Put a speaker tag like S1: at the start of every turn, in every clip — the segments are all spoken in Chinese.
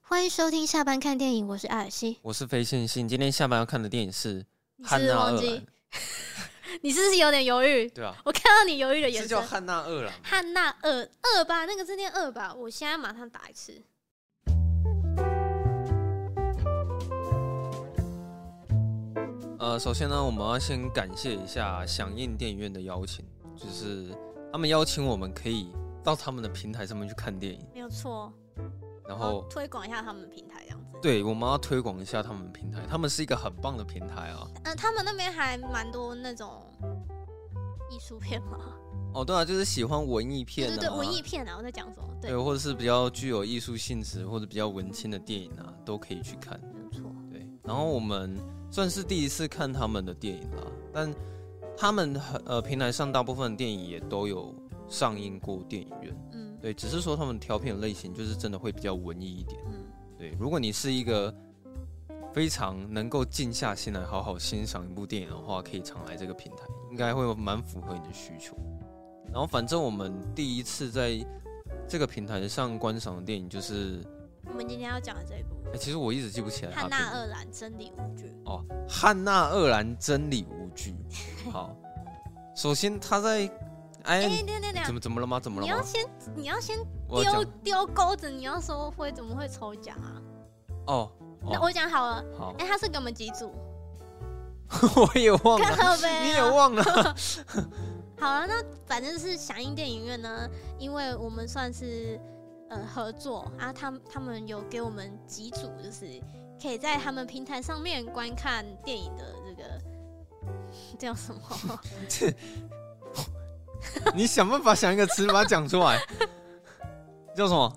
S1: 欢迎收听下班看电影，我是艾尔西。
S2: 我是非线性，今天下班要看的电影是《
S1: 你是
S2: 汉
S1: 不是
S2: 娜
S1: 忘
S2: 二
S1: 记
S2: 兰》，？
S1: 你是不是有点犹豫？
S2: 对啊，
S1: 我看到你犹豫的眼
S2: 是叫
S1: 神。
S2: 《汉娜二兰》吗。
S1: 汉娜二二吧，那个字念二吧，我现在马上打一次。
S2: 呃，首先呢，我们要先感谢一下响应电影院的邀请，就是他们邀请我们可以到他们的平台上面去看电影，
S1: 没有错，
S2: 然
S1: 然后
S2: 后
S1: 推广一下他们平台这样子。
S2: 哦对我们要推广一下他们的平台，他们是一个很棒的平台啊。
S1: 嗯、他们那边还蛮多那种艺术片嘛，
S2: 哦，对啊，就是喜欢文艺
S1: 对
S2: 片、啊，
S1: 对对，文艺片啊，我在讲什么？对，
S2: 对，或者是比较具有艺术性质或者比较文青的电影啊，都可以去看。
S1: 没有错。
S2: 对，然后我们算是第一次看他们的电影啦，但他们很呃平台上大部分的电影也都有上映过电影院，
S1: 嗯
S2: 对，只是说他们挑片的类型就是真的会比较文艺一点。
S1: 嗯，
S2: 对，如果你是一个非常能够静下心来好好欣赏一部电影的话，可以常来这个平台，应该会蛮符合你的需求。然后反正我们第一次在这个平台上观赏的电影就是，
S1: 我们今天要讲的这一部
S2: 哎、其实我一直记不起来
S1: 《
S2: 它
S1: 汉
S2: 的片
S1: 娜
S2: 名
S1: 二兰真理无惧》。
S2: 哦，汉娜·厄兰真理无惧。好，首先他在，哎、
S1: 哎，等等等
S2: 怎
S1: 等，
S2: 么怎么了吗？怎么
S1: 你
S2: 了
S1: 要
S2: 吗？
S1: 先你要先
S2: 我要
S1: 丢
S2: 讲
S1: 丢钩子，你要说会怎么会抽奖啊？
S2: 哦，
S1: 那
S2: 哦
S1: 我讲好了，
S2: 好，
S1: 哎、他是给我们几组？
S2: 我也忘
S1: 看
S2: 了，
S1: 喝呗、
S2: 哦 你也忘了。
S1: 好了，那反正是响应电影院呢，因为我们算是呃合作啊，他们他们有给我们几组，就是可以在他们平台上面观看电影的这个叫什么？
S2: 你想办法想一个词把它讲出来，叫什么？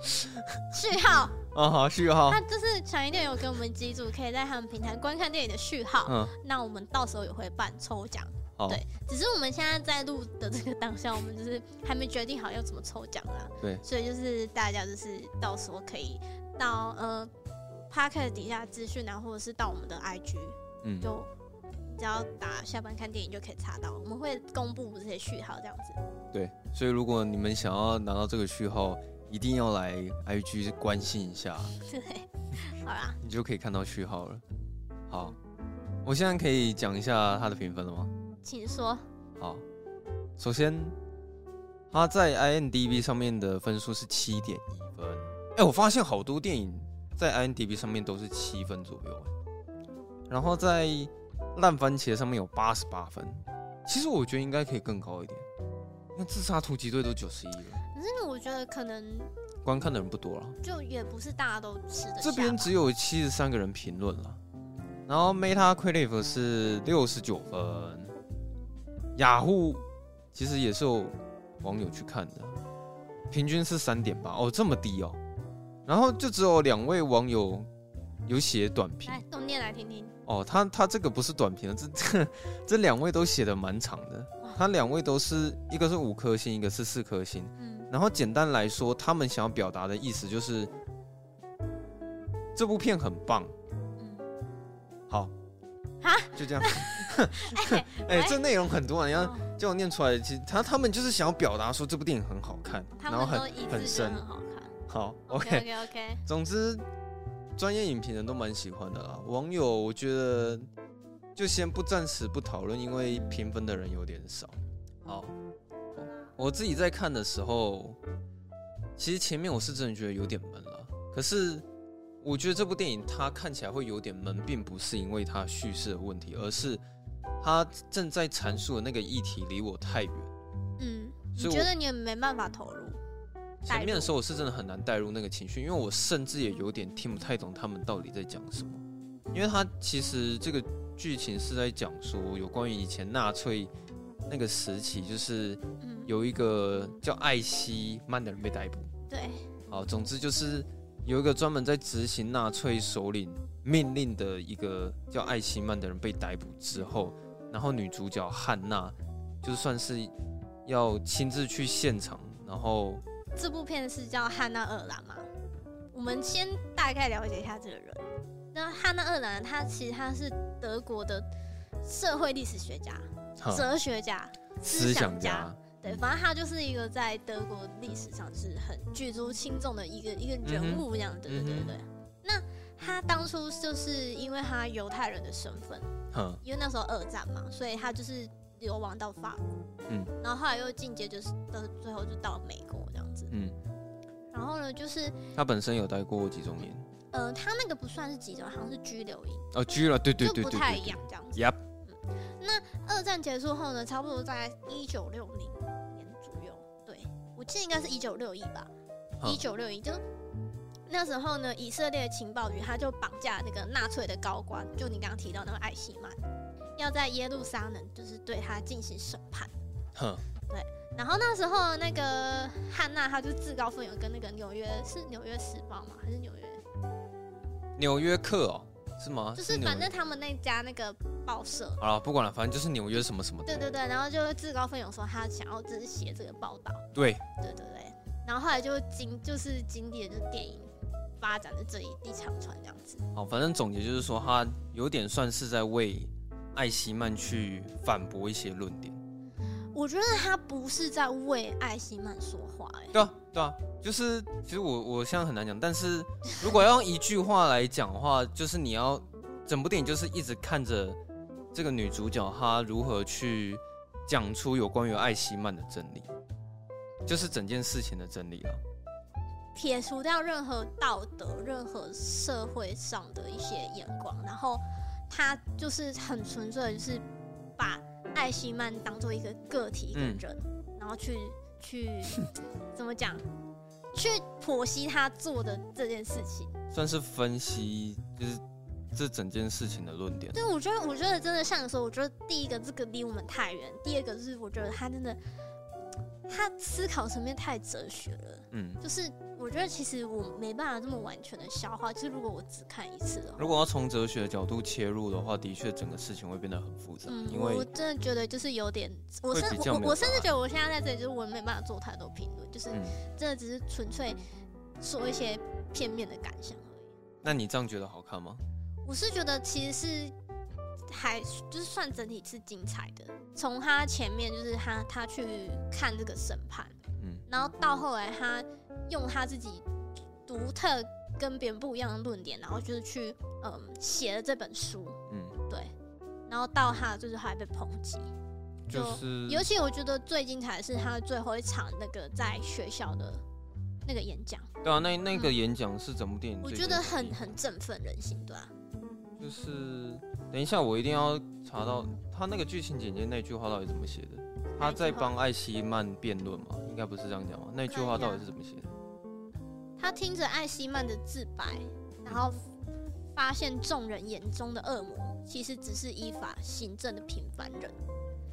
S1: 序号，
S2: 哦，好，序号
S1: 那。就是响应电影有给我们几组可以在他们平台观看电影的序号，
S2: 嗯，
S1: 那我们到时候也会办抽奖。
S2: 好，
S1: 对只是我们现在在录的这个当下，我们就是还没决定好要怎么抽奖啦。
S2: 对
S1: 所以就是大家就是到时候可以到呃 p a c k 底下资讯啊，或者是到我们的 IG，
S2: 嗯，
S1: 就只要打下班看电影就可以查到，我们会公布这些序号这样子。
S2: 对，所以如果你们想要拿到这个序号，一定要来 IG 关心一下，
S1: 对，好啦，
S2: 你就可以看到序号了。好，我现在可以讲一下它的评分了吗？
S1: 请说。
S2: 好，首先，它在 IMDB 上面的分数是七点一分。哎、我发现好多电影在 IMDB 上面都是七分左右欸，然后在烂番茄上面有八十八分。其实我觉得应该可以更高一点，那自杀突击队都九十一了，
S1: 可是我觉得可能
S2: 观看的人不多了。
S1: 就也不是大家都吃得下
S2: 这
S1: 吧。
S2: 边只有七十三个人评论了，然后 Metacritic 是六十九分，雅虎其实也是有网友去看的，平均是三点八哦，这么低哦，然后就只有两位网友有写短评
S1: 来，动念来听听。
S2: 哦，他他这个不是短评，这 这这两位都写的蛮长的，他两位都是一个是五颗星，一个是四颗星。
S1: 嗯
S2: 然后简单来说，他们想要表达的意思就是这部片很棒，
S1: 嗯，
S2: 好，
S1: 啊，
S2: 就 这样。
S1: 哎、
S2: 哎、
S1: 喂
S2: 这内容很多啊，你要
S1: 哦
S2: 叫我念出来，其实他他们就是想要表达说这部电影很好看，
S1: 他
S2: 然后
S1: 们
S2: 很
S1: 都一
S2: 很
S1: 致就
S2: 深
S1: 很好看。
S2: 好。
S1: OK
S2: OK，
S1: OK OK。
S2: 总之专业影评人都蛮喜欢的啦。网友我觉得就先不暂时不讨论，因为评分的人有点少。好，我自己在看的时候，其实前面我是真的觉得有点闷了，可是我觉得这部电影它看起来会有点闷，并不是因为它叙事的问题，而是它正在阐述的那个议题离我太远。
S1: 嗯，你
S2: 所以
S1: 觉
S2: 我
S1: 得你也没办法投入？
S2: 前面的时候我是真的很难带入那个情绪，因为我甚至也有点听不太懂他们到底在讲什么，因为他其实这个剧情是在讲说有关于以前纳粹那个时期，就是
S1: 嗯，
S2: 有一个叫艾希曼的人被逮捕，
S1: 对，
S2: 好，总之就是有一个专门在执行纳粹首领命令的一个叫艾希曼的人被逮捕之后，然后女主角汉娜就算是要亲自去现场，然后。
S1: 这部片是叫《汉娜·二兰》吗？我们先大概了解一下这个人。那汉娜·二兰，他其实他是德国的社会历史学家、
S2: 哈
S1: 哲学家、
S2: 嗯思
S1: 想
S2: 想
S1: 家
S2: 家，
S1: 对，反正他就是一个在德国历史上是很举足轻重的一个一个人
S2: 嗯
S1: 物这样，对对对对。那他当初就是因为他犹太人的身份，
S2: 哼，
S1: 因为那时候二战嘛，所以他就是流亡到法国，
S2: 嗯，
S1: 然后后来又进阶，就是到最后就到美国这样子，
S2: 嗯，
S1: 然后呢，就是
S2: 他本身有待过集中营，
S1: 呃，他那个不算是集中，好像是拘留营，
S2: 哦，居了，对对
S1: 就
S2: 对
S1: 不
S2: 对
S1: 太
S2: 对
S1: 一样这样子。
S2: Yup
S1: 嗯那二战结束后呢，差不多在一九六零年左右，对我记得应该是一九六一吧，
S2: 嗯
S1: 一九六一就那时候呢，以色列情报局他就绑架那个纳粹的高官，就你刚刚提到那个艾希曼，要在耶路撒冷就是对他进行审判。
S2: 哼，
S1: 然后那时候那个汉娜，她就自告奋勇跟那个纽约是纽约时报吗？还是纽约？
S2: 纽约客哦，是吗？
S1: 就是
S2: 纽
S1: 反
S2: 约
S1: 正他们那家那个报社，
S2: 好了，不管了，反正就是纽约什么什么的，
S1: 对对对，然后就自告奋勇说他想要就是写这个报道，
S2: 对，
S1: 对对对，然后后来就经就是经历了就是电影发展的这一一长串这样子，
S2: 好，反正总结就是说，他有点算是在为艾希曼去反驳一些论点。
S1: 我觉得他不是在为艾希曼说话、哎，
S2: 对啊，对啊，就是其实我我现在很难讲，但是如果要用一句话来讲的话，就是你要整部电影就是一直看着这个女主角她如何去讲出有关于艾希曼的真理，就是整件事情的真理了。
S1: 撇除掉任何道德、任何社会上的一些眼光，然后他就是很纯粹，的就是把艾希曼当做一个个体、一个
S2: 嗯
S1: 人，然后去去怎么讲，去剖析他做的这件事情。
S2: 算是分析，就是这整件事情的论点。
S1: 对，我觉得，我觉得真的像你说，我觉得第一个这个离我们太远，第二个是我觉得他真的，他思考层面太哲学了。
S2: 嗯，
S1: 就是我觉得其实我没办法这么完全的消化，就是如果我只看一次的话，
S2: 如果要从哲学的角度切入的话，的确整个事情会变得很复杂，
S1: 嗯，
S2: 因
S1: 我我
S2: 为
S1: 真的觉得就是有点，我
S2: 会
S1: 甚
S2: 比较
S1: 我
S2: 没
S1: 我
S2: 有
S1: 我甚至
S2: 答案
S1: 觉得我现在在这里，就是我没办法做太多评论，就是
S2: 嗯，
S1: 真的只是纯粹说一些片面的感想而已。
S2: 那你这样觉得好看吗？
S1: 我是觉得其实是还就是算整体是精彩的，从他前面就是他他去看这个审判，
S2: 嗯
S1: 然后到后来他用他自己独特跟别人不一样的论点，然后就是去嗯写了这本书，
S2: 嗯，
S1: 对，然后到他就是还被抨击，
S2: 就
S1: 就是尤其我觉得最精彩的是他最后一场那个在学校的那个演讲，
S2: 对啊，那那个演讲是整部电影
S1: 嗯我
S2: 最
S1: 觉
S2: 精
S1: 得
S2: 彩的
S1: 很
S2: 地方
S1: 很振奋人心，对啊，
S2: 就是等一下我一定要查到他那个剧情简介那句话到底怎么写的。他在帮艾希曼辩论嘛？应该不是这样讲嘛？那句话到
S1: 啊
S2: 底是怎么写的？
S1: 他听着艾希曼的自白，然后发现众人眼中的恶魔，其实只是依法行政的平凡人。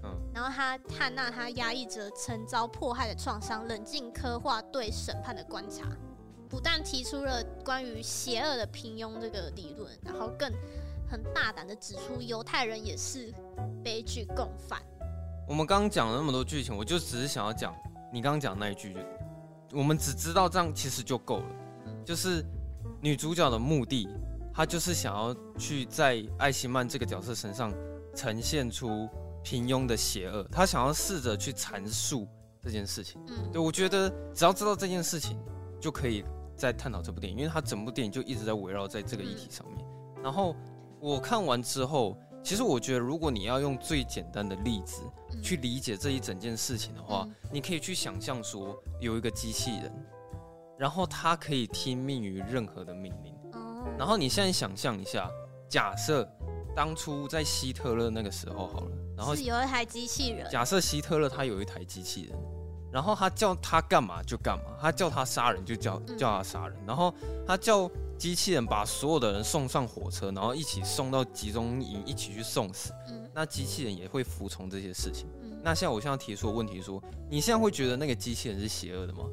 S2: 嗯
S1: 然后他汉娜，他压抑着曾遭迫害的创伤，冷静刻画对审判的观察，不但提出了关于邪恶的平庸这个理论，然后更很大胆的指出犹太人也是悲剧共犯。
S2: 我们刚刚讲了那么多剧情，我就只是想要讲你刚刚讲那一句就，我们只知道这样其实就够了。就是女主角的目的，她就是想要去在艾希曼这个角色身上呈现出平庸的邪恶，她想要试着去阐述这件事情。
S1: 嗯，
S2: 对，我觉得只要知道这件事情，就可以再探讨这部电影，因为它整部电影就一直在围绕在这个议
S1: 嗯
S2: 题上面。然后我看完之后，其实我觉得，如果你要用最简单的例子
S1: 嗯
S2: 去理解这一整件事情的话，
S1: 嗯
S2: 你可以去想象说有一个机器人，然后它可以听命于任何的命令。
S1: 哦，
S2: 然后你现在想象一下，假设当初在希特勒那个时候好了，然后
S1: 是有一台机器人，
S2: 假设希特勒他有一台机器人，然后他叫他干嘛就干嘛，他叫他杀人就叫
S1: 嗯
S2: 叫他杀人，然后他叫机器人把所有的人送上火车，然后一起送到集中营，一起去送死。
S1: 嗯
S2: 那机器人也会服从这些事情。
S1: 嗯，
S2: 那现在我现在提出的问题说，你现在会觉得那个机器人是邪恶的吗？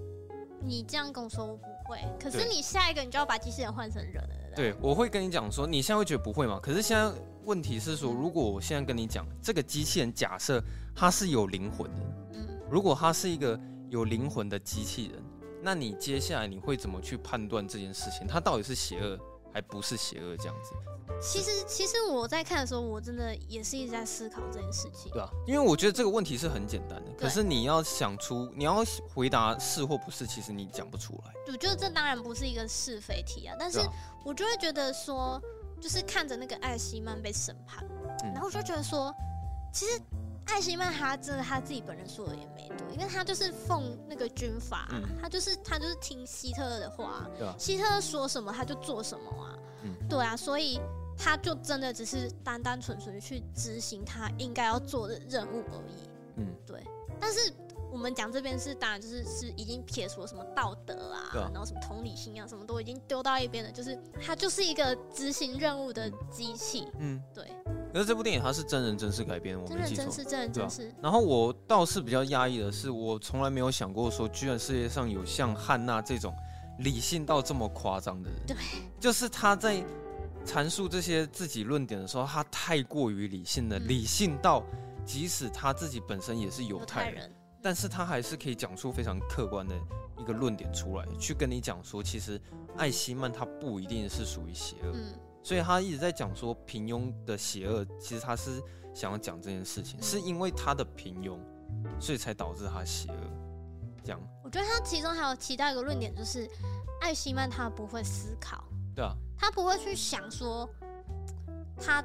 S1: 你这样跟我说我不会，可是
S2: 对
S1: 你下一个你就要把机器人换成人了，不，
S2: 对，我会跟你讲说，你现在会觉得不会嘛？可是现在问题是说，如果我现在跟你讲，这个机器人假设它是有灵魂的，
S1: 嗯，
S2: 如果它是一个有灵魂的机器人，那你接下来你会怎么去判断这件事情？它到底是邪恶还不是邪恶这样子，
S1: 其实其实我在看的时候，我真的也是一直在思考这件事情
S2: 对。吧、啊因为我觉得这个问题是很简单的，可
S1: 对
S2: 是你要想出你要回答是或不是，其实你讲不出来，
S1: 我觉得这当然不是一个是非题啊，但是
S2: 对吧、
S1: 我就会觉得说，就是看着那个艾希曼被审判，
S2: 嗯
S1: 然后我就觉得说，其实艾希曼他真的他自己本人说的也没对，因为他就是奉那个军法啊、
S2: 嗯
S1: 他就是他就是听希特勒的话啊，
S2: 对吧
S1: 希特勒说什么他就做什么啊，
S2: 嗯
S1: 对啊，所以他就真的只是单单纯纯地去执行他应该要做的任务而已。
S2: 嗯，
S1: 但是我们讲这边是当然就是是已经撇除了什么道德啊，
S2: 对啊
S1: 然后什么同理心啊，什么都已经丢到一边了，就是它就是一个执行任务的机器。
S2: 嗯。
S1: 对，
S2: 可是这部电影它是真人真事改编，我
S1: 真
S2: 没
S1: 人
S2: 记错
S1: 真。事，真人
S2: 对啊
S1: 真事，
S2: 然后我倒是比较压抑的是，我从来没有想过说，居然世界上有像汉娜这种理性到这么夸张的人。
S1: 对，
S2: 就是他在阐述这些自己论点的时候，他太过于理性了，
S1: 嗯
S2: 理性到即使他自己本身也是犹
S1: 犹
S2: 太
S1: 太
S2: 人，
S1: 人，
S2: 但是他还是可以讲出非常客观的一个论点出来，去跟你讲说，其实艾希曼他不一定是属于邪恶，
S1: 嗯，
S2: 所以他一直在讲说平庸的邪恶，其实他是想要讲这件事情，
S1: 嗯
S2: 是因为他的平庸，所以才导致他邪恶。这样，
S1: 我觉得他其中还有提到一个论点，就是艾希曼他不会思考，
S2: 对啊，
S1: 他不会去想说他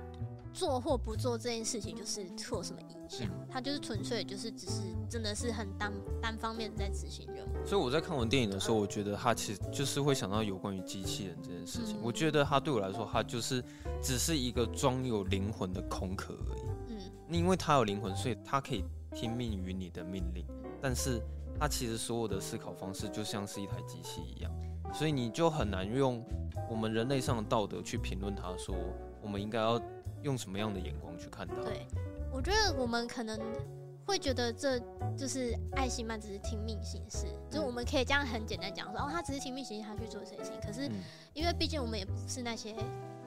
S1: 做或不做这件事情就是错什么影响，
S2: 嗯
S1: 他就是纯粹就是只是真的是很单单方面地在执行任务。
S2: 所以我在看完电影的时候，我觉得他其实就是会想到有关于机器人这件事情。
S1: 嗯
S2: 我觉得他对我来说，他就是只是一个装有灵魂的空壳而已。
S1: 嗯，
S2: 因为他有灵魂，所以他可以听命于你的命令，但是他其实所有的思考方式就像是一台机器一样，所以你就很难用我们人类上的道德去评论他，说我们应该要用什么样的眼光去看他。
S1: 对，我觉得我们可能会觉得这就是爱心曼只是听命行事，
S2: 嗯
S1: 就我们可以这样很简单讲说，哦，他只是听命行事，他去做这些事情。可是
S2: 嗯
S1: 因为毕竟我们也不是那些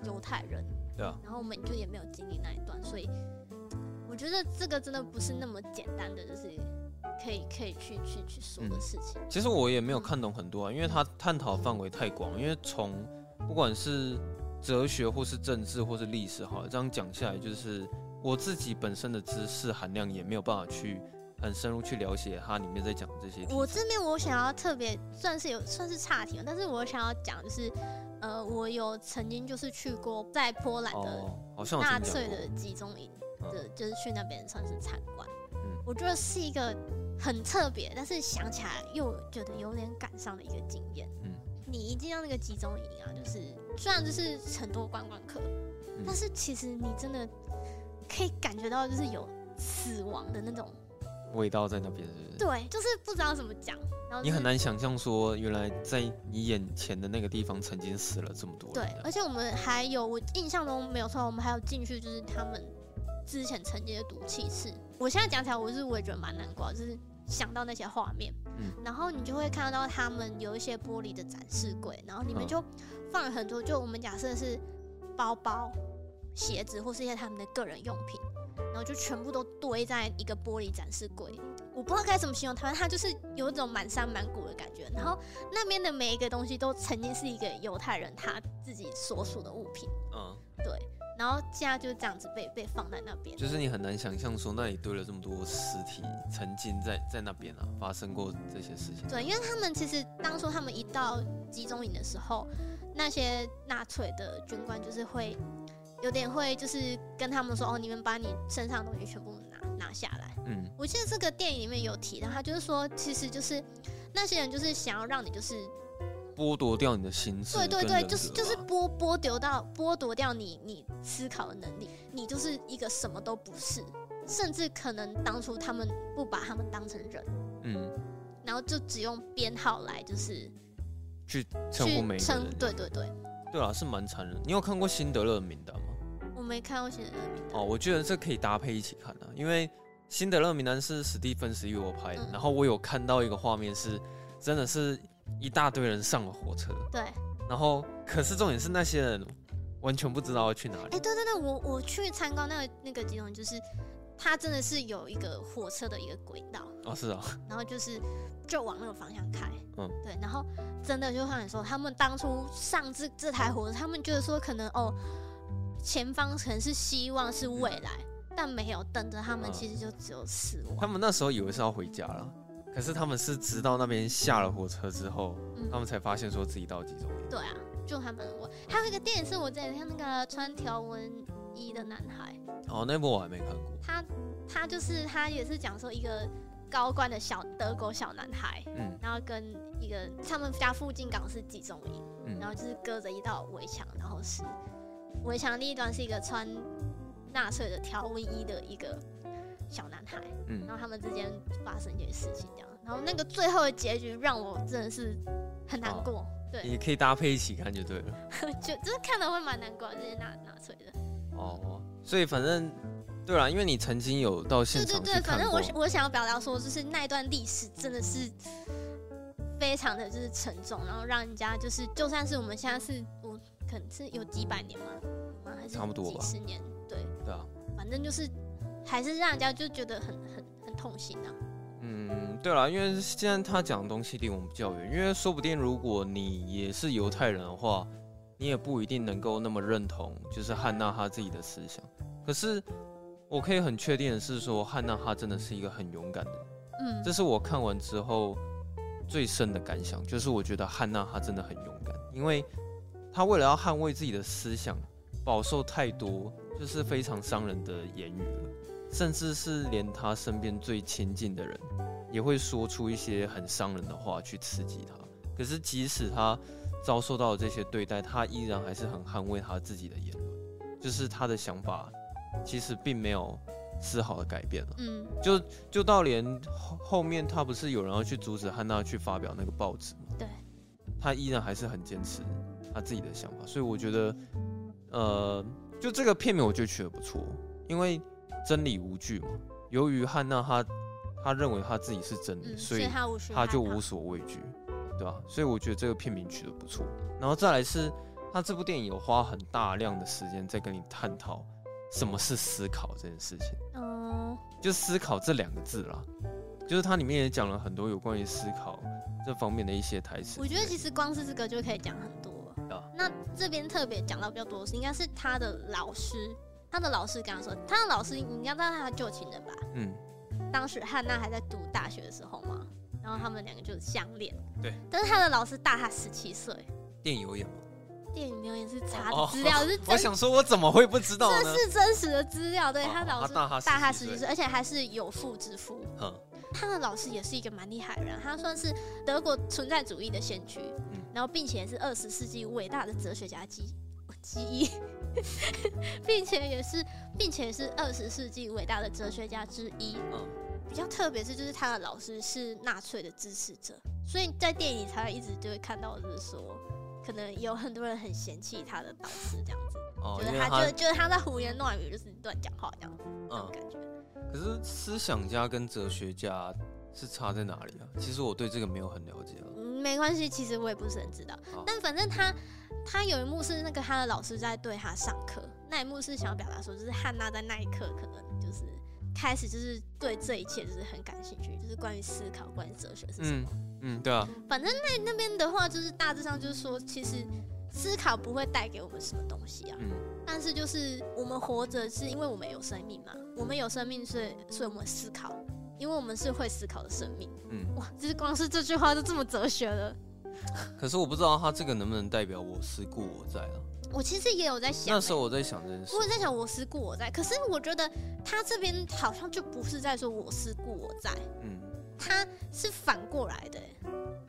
S1: 犹太人，
S2: 对啊，
S1: 然后我们就也没有经历那一段，所以我觉得这个真的不是那么简单的，就是可以可以去去去说的事情。
S2: 其实我也没有看懂很多啊，因为他探讨范围太广，因为从不管是哲学或是政治或是历史，好了，这样讲下来，就是我自己本身的知识含量也没有办法去很深入去了解它里面在讲的这些题材。
S1: 我这边我想要特别算是有算是岔题了，但是我想要讲就是，呃，我有曾经就是去过在波兰的
S2: 哦，好像有
S1: 纳
S2: 听讲
S1: 粹
S2: 过
S1: 的集中营
S2: 嗯
S1: 的，就是去那边算是参观。
S2: 嗯
S1: 我觉得是一个很特别，但是想起来又觉得有点赶上的一个经验。
S2: 嗯
S1: 你一进到那个集中营啊，就是虽然就是很多观光客，
S2: 嗯
S1: 但是其实你真的可以感觉到就是有死亡的那种，
S2: 嗯味道在那边，是不是？
S1: 对，就是不知道怎么讲，然后、就是、
S2: 你很难想象说，原来在你眼前的那个地方曾经死了这么多人。
S1: 对
S2: 这，样
S1: 而且我们还有，我印象中没有错，我们还有进去就是他们之前曾经的毒气室。我现在讲起来，我是我也觉得蛮难过，啊就是想到那些画面，
S2: 嗯
S1: 然后你就会看到他们有一些玻璃的展示柜，然后里面
S2: 嗯
S1: 就放了很多，就我们假设是包包、鞋子或是一些他们的个人用品，然后就全部都堆在一个玻璃展示柜里。我不知道该怎么形容它，反正它就是有一种满山满谷的感觉。
S2: 嗯
S1: 然后那边的每一个东西都曾经是一个犹太人他自己所属的物品，
S2: 嗯，
S1: 然后现在就是这样子被被放在那边。
S2: 就是你很难想象说，那里堆了这么多尸体，曾经在在那边啊发生过这些事情。
S1: 对，因为他们其实当初他们一到集中营的时候，那些纳粹的军官就是会有点会就是跟他们说，哦，你们把你身上的东西全部拿拿下来。
S2: 嗯
S1: 我记得这个电影里面有提到，他就是说，其实就是那些人就是想要让你就是
S2: 剥夺掉你的心智
S1: 对
S2: 跟人格啊
S1: 对对，
S2: 吧。
S1: 就是就是剥剥夺到剥夺掉你你思考的能力，你就是一个什么都不是，甚至可能当初他们不把他们当成人，
S2: 嗯，
S1: 然后就只用编号来就是
S2: 称呼每
S1: 去
S2: 一个
S1: 称
S2: 人。，
S1: 对对对，
S2: 对啊，是蛮残忍。你有看过《辛德勒的名单》吗？
S1: 我没看过写的名单
S2: 哦，我觉得这可以搭配一起看啊，因为《辛德勒名单》是史蒂芬·史蒂我拍的，
S1: 嗯
S2: 然后我有看到一个画面是，真的是一大堆人上了火车，
S1: 对，哎、
S2: 然后可是重点是那些人完全不知道要去哪里，
S1: 对对对，我我去参观那个那个集中营，就是它真的是有一个火车的一个轨道，
S2: 哦，是啊，
S1: 然后就是就往那个方向开，
S2: 嗯
S1: 嗯，对，然后真的就像你说，他们当初上这这台火车，他们觉得说可能哦，前方可能是希望是未来，但没有，等着他们
S2: 嗯
S1: 其实就只有死亡。
S2: 他们那时候以为是要回家了，可是他们是直到那边下了火车之后，他
S1: 嗯，
S2: 们才发现说自己到集中营。
S1: 对啊，就他们我还有一个电影是我之前看那个穿条纹衣的男孩，
S2: 哦，那部我还没看过。
S1: 他他就是他也是讲说一个高官的小德国小男孩，
S2: 嗯
S1: 然后跟一个他们家附近刚好是集中营，然
S2: 嗯，
S1: 后就是隔着一道围墙，然后是围墙另一端是一个穿纳粹的条纹衣的一个小男孩，
S2: 嗯
S1: 然后他们之间发生一些事情这样，然后那个最后的结局让我真的是很难过， 对，
S2: 也可以搭配一起看就对了。
S1: 就就是看了会蛮难过的，这些纳纳粹的，
S2: 哦，所以反正对啊啦，因为你曾经有到现
S1: 对对
S2: 场去
S1: 对，反
S2: 看
S1: 正
S2: 过
S1: 我，想我想要表达说，就是那一段历史真的是非常的就是沉重，然后让人家就是就算是我们现在是我可能是有几百年吗？吗还是
S2: 差不多吧
S1: 几十年？对，
S2: 对啊，
S1: 反正就是还是让人家就觉得很很很痛心啊。
S2: 嗯，对啦，因为现在他讲的东西离我们比较远，因为说不定如果你也是犹太人的话，你也不一定能够那么认同，就是汉娜她自己的思想。可是我可以很确定的是说，汉娜她真的是一个很勇敢的人。
S1: 嗯
S2: 这是我看完之后最深的感想，就是我觉得汉娜她真的很勇敢，因为她为了要捍卫自己的思想，饱受太多就是非常伤人的言语了，甚至是连她身边最亲近的人也会说出一些很伤人的话去刺激她。可是即使她遭受到了这些对待，她依然还是很捍卫她自己的言论，就是她的想法其实并没有丝毫的改变了。
S1: 嗯
S2: 就到连后后面他不是有人要去阻止汉娜去发表那个报纸吗？
S1: 对，
S2: 他依然还是很坚持他自己的想法，所以我觉得，呃，就这个片名我觉得取得不错，因为真理无惧嘛。由于汉娜她她认为她自己是真理，
S1: 嗯，
S2: 所
S1: 所
S2: 以
S1: 以他无需
S2: 他就
S1: 害怕
S2: 无所畏惧，对吧、所以我觉得这个片名取得不错。然后再来是，他这部电影有花很大量的时间在跟你探讨什么是思考这件事情。
S1: 嗯
S2: 就思考这两个字啦，就是它里面也讲了很多有关于思考这方面的一些台词之类的。
S1: 我觉得其实光是这个就可以讲很多了。
S2: 啊
S1: 那这边特别讲到比较多的是，应该是他的老师，他的老师跟他说，他的老师你应该知道他的旧情人吧？
S2: 嗯，
S1: 当时汉娜还在读大学的时候嘛，然后他们两个就相恋。
S2: 对，
S1: 但是他的老师大他十七岁。
S2: 电影有演吗？
S1: 电影留言是查的
S2: 哦
S1: 资 料，是
S2: 我
S1: 真
S2: 想说，我怎么会不知道呢？
S1: 是真实的资料，对
S2: 哦
S1: 他老师
S2: 他大他
S1: 他
S2: 17
S1: 十七岁，而且还是有妇之夫。
S2: 嗯
S1: 他的老师也是一个蛮厉害的人，他算是德国存在主义的先驱，
S2: 嗯
S1: 然后并且是二十世纪伟大的哲学家之之一， 并且也是并且是二十世纪伟大的哲学家之一。
S2: 嗯，
S1: 比较特别是，就是他的老师是纳粹的支持者，所以在电影才会一直就会看到，就是说，可能有很多人很嫌弃他的导师这样子，
S2: 哦，
S1: 就
S2: 因
S1: 是
S2: 为
S1: 他
S2: 他
S1: 就就是他在胡言乱语，就是乱讲话这样子，那种
S2: 嗯，
S1: 感觉。
S2: 可是思想家跟哲学家是差在哪里啊？其实我对这个没有很了解啊。
S1: 嗯，没关系，其实我也不是很知道
S2: 好，
S1: 但反正他他有一幕是那个他的老师在对他上课，那一幕是想要表达说，就是汉娜在那一刻可能就是开始就是对这一切就是很感兴趣，就是关于思考，关于哲学是什么。
S2: 嗯，对啊，
S1: 反正那那边的话，就是大致上就是说，其实思考不会带给我们什么东西啊。
S2: 嗯
S1: 但是就是我们活着是因为我们有生命嘛，我们有生命，所以所以我们思考，因为我们是会思考的生命。
S2: 嗯。
S1: 哇，就是光是这句话就这么哲学了。
S2: 可是我不知道他这个能不能代表我思故我在啊。
S1: 我其实也有在想、欸
S2: 那时候我在想这件事
S1: 我，有在想我思故我在，可是我觉得他这边好像就不是在说我思故我在，
S2: 嗯，
S1: 他是反过来的欸，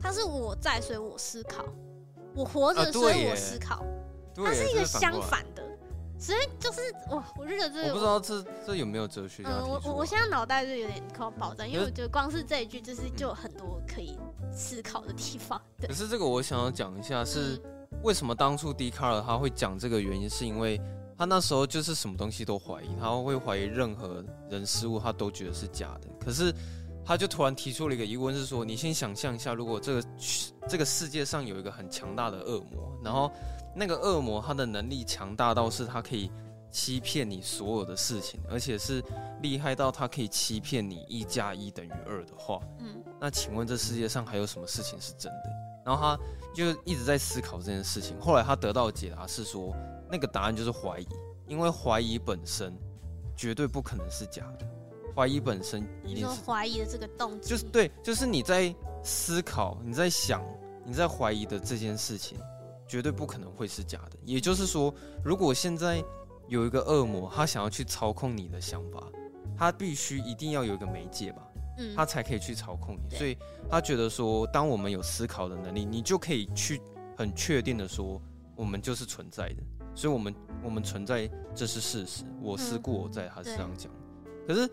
S1: 他是我在，所以我思考，我活
S2: 啊
S1: 着，
S2: 对
S1: 所以
S2: 耶
S1: 我思考。
S2: 对，
S1: 它是一
S2: 这
S1: 个
S2: 反过
S1: 相
S2: 来。
S1: 反的，所以就是我我就觉得这个
S2: 我不知道这这有没有哲学家提
S1: 嗯，
S2: 出
S1: 我
S2: 来。
S1: 我我现在脑袋就有点快要爆炸，因为
S2: 可
S1: 我
S2: 是嗯
S1: 觉得光是这一句就是就有很多可以思考的嗯地方。对
S2: 可，是这个我想要讲一下，是为什么当初笛卡尔他会讲这个原因，是因为他那时候就是什么东西都怀疑，他会怀疑任何人事物，他都觉得是假的。可是他就突然提出了一个疑问，是说你先想象一下，如果这个这个世界上有一个很强大的恶魔，然后那个恶魔他的能力强大到是他可以欺骗你所有的事情，而且是厉害到他可以欺骗你一加一等于二的话，
S1: 嗯，
S2: 那请问这世界上还有什么事情是真的？然后他就一直在思考这件事情。后来他得到的解答是说，那个答案就是怀疑，因为怀疑本身绝对不可能是假的，怀疑本身一
S1: 你
S2: 定
S1: 说
S2: 是
S1: 怀疑的这个动机，
S2: 就是对，就是你在思考、你在想、你在怀疑的这件事情，绝对不可能会是假的。也就是说，如果现在有一个恶魔，他想要去操控你的想法，他必须一定要有一个媒介吧，
S1: 嗯
S2: 他才可以去操控你。
S1: 对
S2: 所以他觉得说，当我们有思考的能力，你就可以去很确定的说，我们就是存在的，所以我们我们存在，这是事实。我思
S1: 嗯
S2: 故我在，他是
S1: 对
S2: 这样讲。可是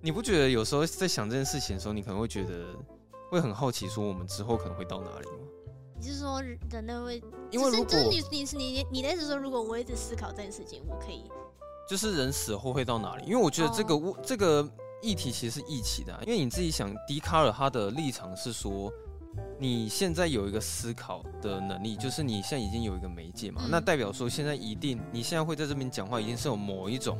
S2: 你不觉得有时候在想这件事情的时候，你可能会觉得会很好奇，说我们之后可能会到哪里吗？
S1: 你是说人类会，
S2: 因为
S1: 就是
S2: 如果
S1: 就是你你是你你的意思是说，如果我一直思考这件事情，我可以
S2: 就是人死后会到哪里？因为我觉得这个
S1: 哦
S2: 我、这个议题其实是一起的啊、因为你自己想，笛卡尔他的立场是说，你现在有一个思考的能力，就是你现在已经有一个媒介嘛，
S1: 嗯
S2: 那代表说现在一定你现在会在这边讲话，一定是有某一种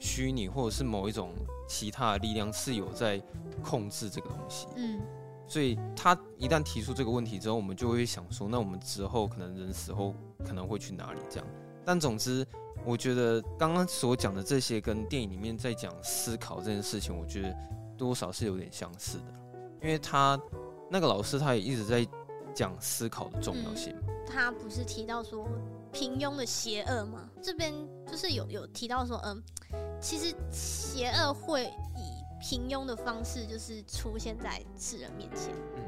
S2: 虚拟或者是某一种其他的力量是有在控制这个东西。
S1: 嗯
S2: 所以他一旦提出这个问题之后，我们就会想说，那我们之后可能人死后可能会去哪里这样。但总之，我觉得刚刚所讲的这些跟电影里面在讲思考这件事情，我觉得多少是有点相似的，因为他那个老师他也一直在讲思考的重要性嘛。
S1: 他不是提到说平庸的邪恶吗？这边就是有有提到说，嗯，其实邪恶会以平庸的方式，就是出现在世人面前。
S2: 嗯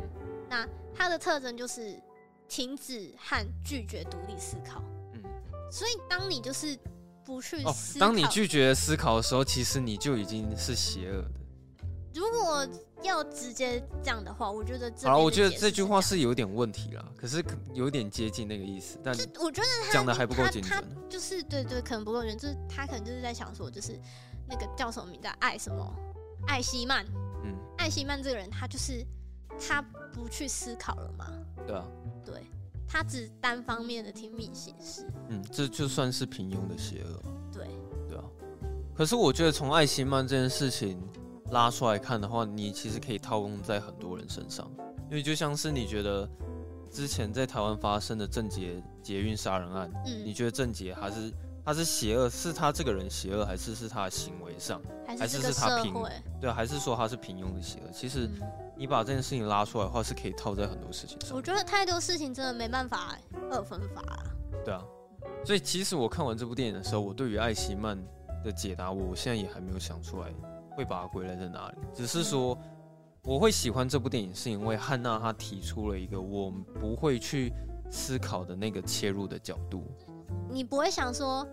S1: 那它的特征就是停止和拒绝独立思考。
S2: 嗯。
S1: 所以当你就是不去
S2: 哦，
S1: 思考，
S2: 当你拒绝思考的时候，其实你就已经是邪恶的。
S1: 如果要直接这样的话，我觉得这
S2: 好了，
S1: 边
S2: 哦我
S1: 的
S2: 觉得
S1: 解释
S2: 这句话
S1: 是
S2: 是有点问题啦，可是可有点接近那个意思，但
S1: 这样，就我觉得
S2: 讲的还不够
S1: 他
S2: 精
S1: 他
S2: 准。
S1: 就是对对，可能不够远，就是他可能就是在想说，就是那个叫什么名字啊，爱什么，艾希曼，
S2: 嗯，
S1: 艾希曼这个人，他就是他不去思考了嘛，
S2: 对啊。
S1: 对他只单方面的听命行事，
S2: 嗯，这就算是平庸的邪恶，
S1: 对，
S2: 对啊。可是我觉得从艾希曼这件事情拉出来看的话，你其实可以套用在很多人身上，因为就像是你觉得之前在台湾发生的郑捷捷运杀人案，你
S1: 嗯，
S2: 觉得郑捷还是他是邪恶，是他这个人邪恶，还是是他的行为上，还
S1: 还
S2: 是
S1: 这个
S2: 是他
S1: 社
S2: 平
S1: 会，
S2: 对啊、还是说他是平庸的邪恶？其实
S1: 嗯
S2: 你把这件事情拉出来的话，是可以套在很多事情上
S1: 我。觉得太多事情真的没办法二分法啦，
S2: 对啊，所以其实我看完这部电影的时候，我对于艾希曼的解答，我现在也还没有想出来会把它归类在哪里。只是说，我会喜欢这部电影，是因为汉娜她提出了一个我不会去思考的那个切入的角度。
S1: 你不会想说。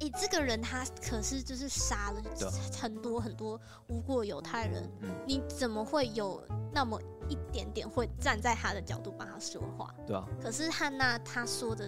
S1: 诶，这个人他可是就是杀了
S2: 对啊
S1: 很多很多无辜的犹太人，
S2: 嗯
S1: 你怎么会有那么一点点会站在他的角度帮他说话？
S2: 对啊，
S1: 可是汉娜她说的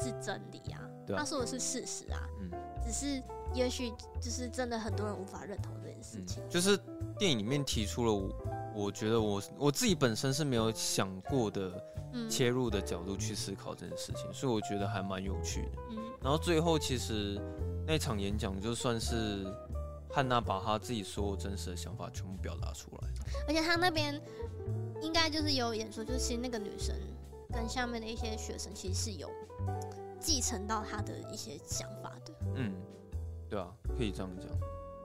S1: 是真理啊，
S2: 对啊
S1: 她说的是事实啊，
S2: 嗯
S1: 只是也许就是真的很多人无法认同这件事
S2: 嗯
S1: 情，，
S2: 就是电影里面提出了我，我觉得我我自己本身是没有想过的
S1: 嗯
S2: 切入的角度去思考这件事情，所以我觉得还蛮有趣的。
S1: 嗯
S2: 然后最后其实那场演讲就算是汉娜把她自己所有真实的想法全部表达出来。
S1: 而且她那边应该就是有演说，就是其实那个女生跟下面的一些学生其实是有继承到她的一些想法的，
S2: 嗯，对啊，可以这样讲。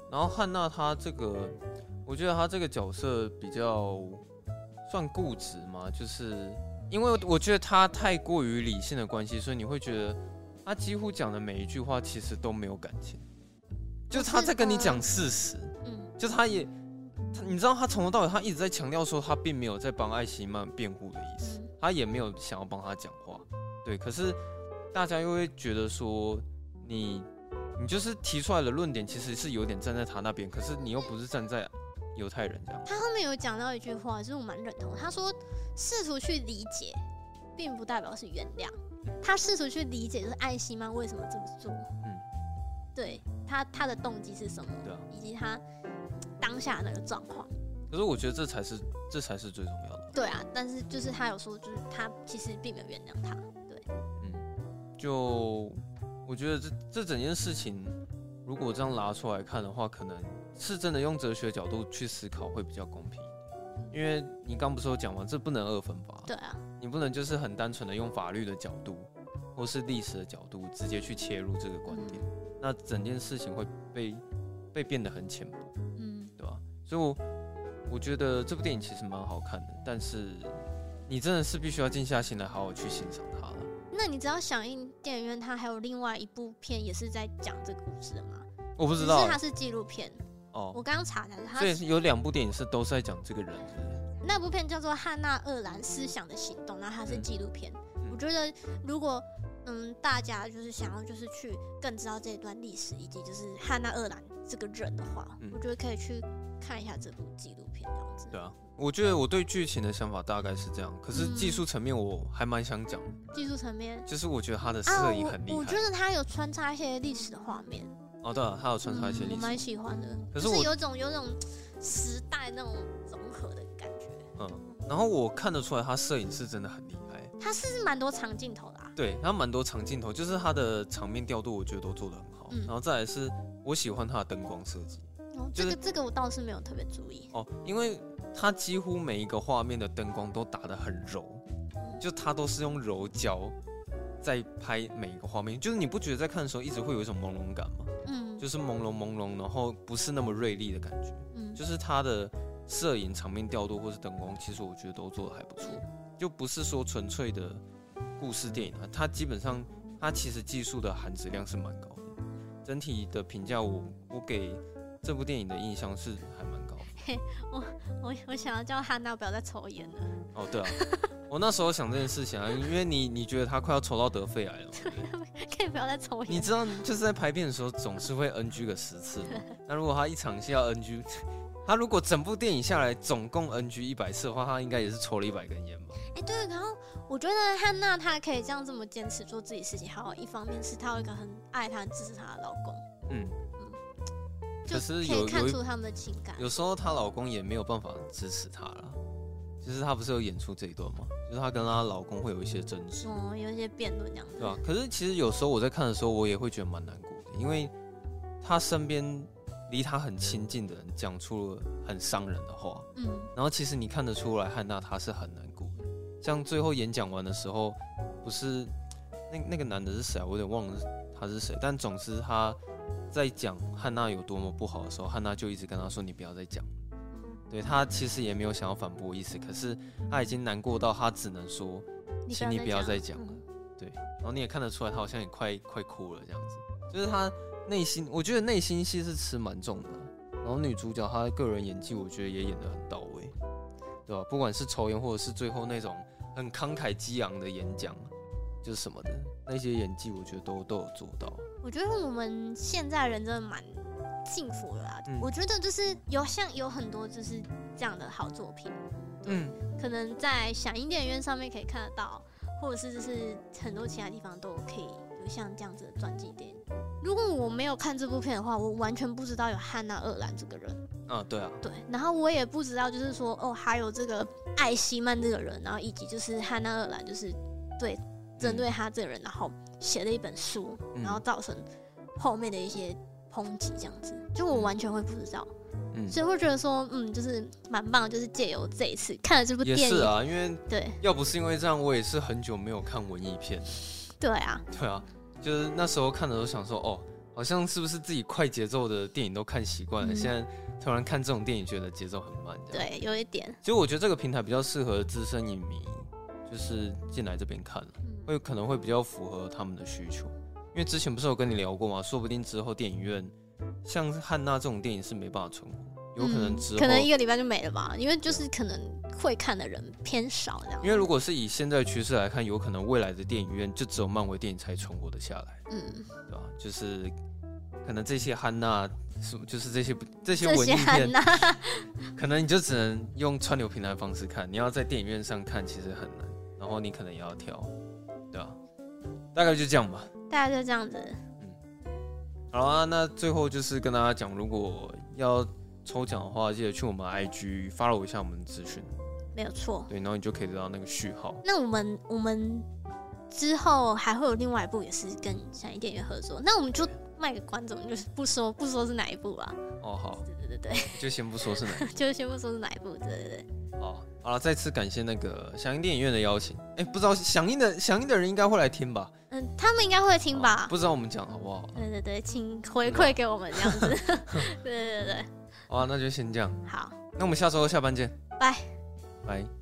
S2: 然后汉娜她这个，我觉得她这个角色比较算固执嘛，就是因为我觉得她太过于理性的关系，所以你会觉得她几乎讲的每一句话其实都没有感情，就她在跟你讲事实。
S1: 嗯
S2: 就他也，他你知道他从头到尾他一直在强调说他并没有在帮艾希曼辩护的意思，
S1: 嗯
S2: 他也没有想要帮他讲话，对。可是大家又会觉得说你你就是提出来的论点其实是有点站在他那边，可是你又不是站在犹太人这样，
S1: 她后面有讲到一句话，就是我蛮认同，她说试图去理解，并不代表是原谅。她试图去理解，就是艾希曼为什么这么做，
S2: 嗯，
S1: 对她她的动机是什么，
S2: 对啊。
S1: 以及她当下那个状况。
S2: 可是我觉得这才是这才是最重要的，
S1: 对啊，但是就是她有说，就是她其实并没有原
S2: 哦
S1: 谅他。
S2: 嗯，就我觉得这这整件事情如果这样拿出来看的话，可能是真的用哲学角度去思考会比较公平一点。因为你刚不是有讲吗？这不能二分法，
S1: 对啊，
S2: 你不能就是很单纯的用法律的角度或是历史的角度直接去切入这个观点，
S1: 嗯
S2: 那整件事情会被被变得很浅薄，
S1: 嗯，
S2: 对吧？所以我我觉得这部电影其实蛮好看的，但是你真的是必须要静下心来好好去欣赏它了。
S1: 那你知道响应电影院它还有另外一部片也是在讲这个故事的吗？
S2: 我不
S1: 不
S2: 知道
S1: 它是纪录片。我
S2: 哦，
S1: 刚刚查的，它
S2: 所以有两部电影是都是在讲这个人，是不是？
S1: 那部片叫做《汉娜·厄兰思想的行动》，然后它是纪录片。
S2: 嗯
S1: 我觉得如果嗯大家就是想要就是去更知道这一段历史以及就是汉娜·厄兰这个人的话，
S2: 嗯
S1: 我觉得可以去看一下这部纪录片这样子。
S2: 对啊，我觉得我对剧情的想法大概是这样，可是
S1: 嗯
S2: 技术层面我还蛮想讲的，
S1: 技术层面
S2: 就是我觉得他的
S1: 啊，
S2: 摄影很厉
S1: 我我觉
S2: 害。
S1: 得它有穿插一些历史的画面，
S2: 哦，对了，他有穿插一些
S1: 嗯
S2: 历
S1: 我
S2: 史，
S1: 蛮喜欢的。
S2: 可是
S1: 就
S2: 我
S1: 有种有种时代那种融合的感觉，
S2: 嗯，然后我看得出来他摄影是真的很厉害，
S1: 它是不是蛮多长镜头的、啊。
S2: 对他蛮多长镜头，就是他的场面调度我觉得都做得很好，
S1: 嗯
S2: 然后再来是我喜欢他的灯光设计
S1: 哦，
S2: 就
S1: 这
S2: 是
S1: 个这个我倒是没有特别注意。
S2: 哦，因为他几乎每一个画面的灯光都打得很柔，就他都是用柔焦在拍每一个画面，就是你不觉得在看的时候一直会有一种朦胧感吗？
S1: 嗯
S2: 就是朦胧朦胧，然后不是那么锐利的感觉，
S1: 嗯，
S2: 就是它的摄影场面调度或是灯光，其实我觉得都做的还不错，就不是说纯粹的故事电影啊，它基本上它其实技术的含质量是蛮高的，整体的评价我我给这部电影的印象是还蛮高的。
S1: 我我想要叫汉娜不要再抽烟了，
S2: 哦，对啊，我那时候想这件事情啊，因为你你觉得他快要抽到得肺癌了嘛，对不对
S1: 可以不要再抽
S2: 你
S1: 烟。
S2: 知道，就是在排片的时候总是会 NG 个十次嘛。那如果他一场戏要 NG，他 如果整部电影下来总共 NG 一百次的话，他应该也是抽了一百根烟吧？
S1: 哎、对，然后我觉得汉娜她可以这样这么坚持做自己事情，还有一方面是她有一个很爱她、很支持她的老公，
S2: 嗯，
S1: 就
S2: 可是
S1: 可以
S2: 有有
S1: 看
S2: 一
S1: 出他们的情感。
S2: 有时候她老公也没有办法支持她啦。就是她不是有演出这一段吗？就是她跟她老公会有一些争执，
S1: 哦，有一些辩论这样子。
S2: 对吧、可是其实有时候我在看的时候，我也会觉得蛮难过的，因为她身边离她很亲近的人讲出了很伤人的话，
S1: 嗯
S2: 然后其实你看得出来，汉娜她是很难过的。像最后演讲完的时候，不是那那个男的是谁啊？我有点忘了他是谁。但总之他在讲汉娜有多么不好的时候，汉娜就一直跟他说：“你不要再讲。”对他其实也没有想要反驳意思，可是他已经难过到他只能说。请你不要再讲了
S1: 嗯
S2: 然后你也看得出来，他好像也快快哭了这样子。就是他内心，我觉得内心戏是吃蛮重的。啊然后女主角她个人演技，我觉得也演得很到位，对吧？不管是抽烟，或者是最后那种很慷慨激昂的演讲，就是什么的那些演技，我觉得都都有做到。啊
S1: 我觉得我们现在人真的蛮幸福的啦。
S2: 嗯
S1: 我觉得就是有像有很多就是这样的好作品，
S2: 嗯，
S1: 可能在响应电影院上面可以看得到，或者是就是很多其他地方都可以有像这样子的传记电影。如果我没有看这部片的话，我完全不知道有汉娜·厄兰这个人，
S2: 啊，对啊，
S1: 对，然后我也不知道就是说哦，还有这个艾希曼这个人，然后以及就是汉娜·厄兰就是针对他这个人，然后写了一本书，
S2: 嗯
S1: 然后造成后面的一些抨击，这样子，就我完全会不知道，
S2: 嗯，
S1: 所以会觉得说，嗯，就是蛮棒的，就是借由这一次看了这部
S2: 也
S1: 电
S2: 是
S1: 影，
S2: 啊，因为
S1: 对
S2: 要不是因为这样，我也是很久没有看文艺片。
S1: 对啊，
S2: 对啊，就是那时候看的时候想说，哦，好像是不是自己快节奏的电影都看习惯了，
S1: 嗯
S2: 现在突然看这种电影觉得节奏很慢。这样，
S1: 对，有一点，
S2: 所以我觉得这个平台比较适合资深影迷，就是进来这边看，
S1: 嗯
S2: 会可能会比较符合他们的需求。因为之前不是有跟你聊过吗？说不定之后电影院像汉娜这种电影是没办法存活，有可能
S1: 嗯
S2: 之后，
S1: 可能一个礼拜就没了吧，因为就是可能会看的人偏少这样，
S2: 因为如果是以现在趋势来看，有可能未来的电影院就只有漫威电影才存活得下来。
S1: 嗯，
S2: 对吧？就是可能这些汉娜，是就是这些不这些
S1: 这
S2: 文
S1: 些
S2: 艺
S1: 汉
S2: 片，
S1: 娜，
S2: 可能你就只能用串流平台的方式看。你要在电影院上看，其实很难。然后你可能也要挑，对吧？大概就这样吧。
S1: 大概就这样子，
S2: 好啊，那最后就是跟大家讲，如果要抽奖的话，记得去我们 IG follow 一下我们的资讯，
S1: 没有错。
S2: 对，然后你就可以得到那个序号。
S1: 那我们我们之后还会有另外一部也是跟响应电影合作，那我们就卖给观众，就是不说不说是哪一部啊。
S2: 哦，好，
S1: 对对对
S2: 就先不说是哪一
S1: 对， 就是先不说是哪一部，对对对。
S2: 哦，好了，再次感谢那个响应电影院的邀请。哎，不知道响应的响应的人应该会来听吧？
S1: 嗯，他们应该会听
S2: 哦
S1: 吧？
S2: 不知道我们讲好不好？
S1: 对对对，请回馈给我们这样子。 对对对对，
S2: 好啊，那就先这样。
S1: 好。
S2: 那我们下周下班见，
S1: 拜
S2: 拜。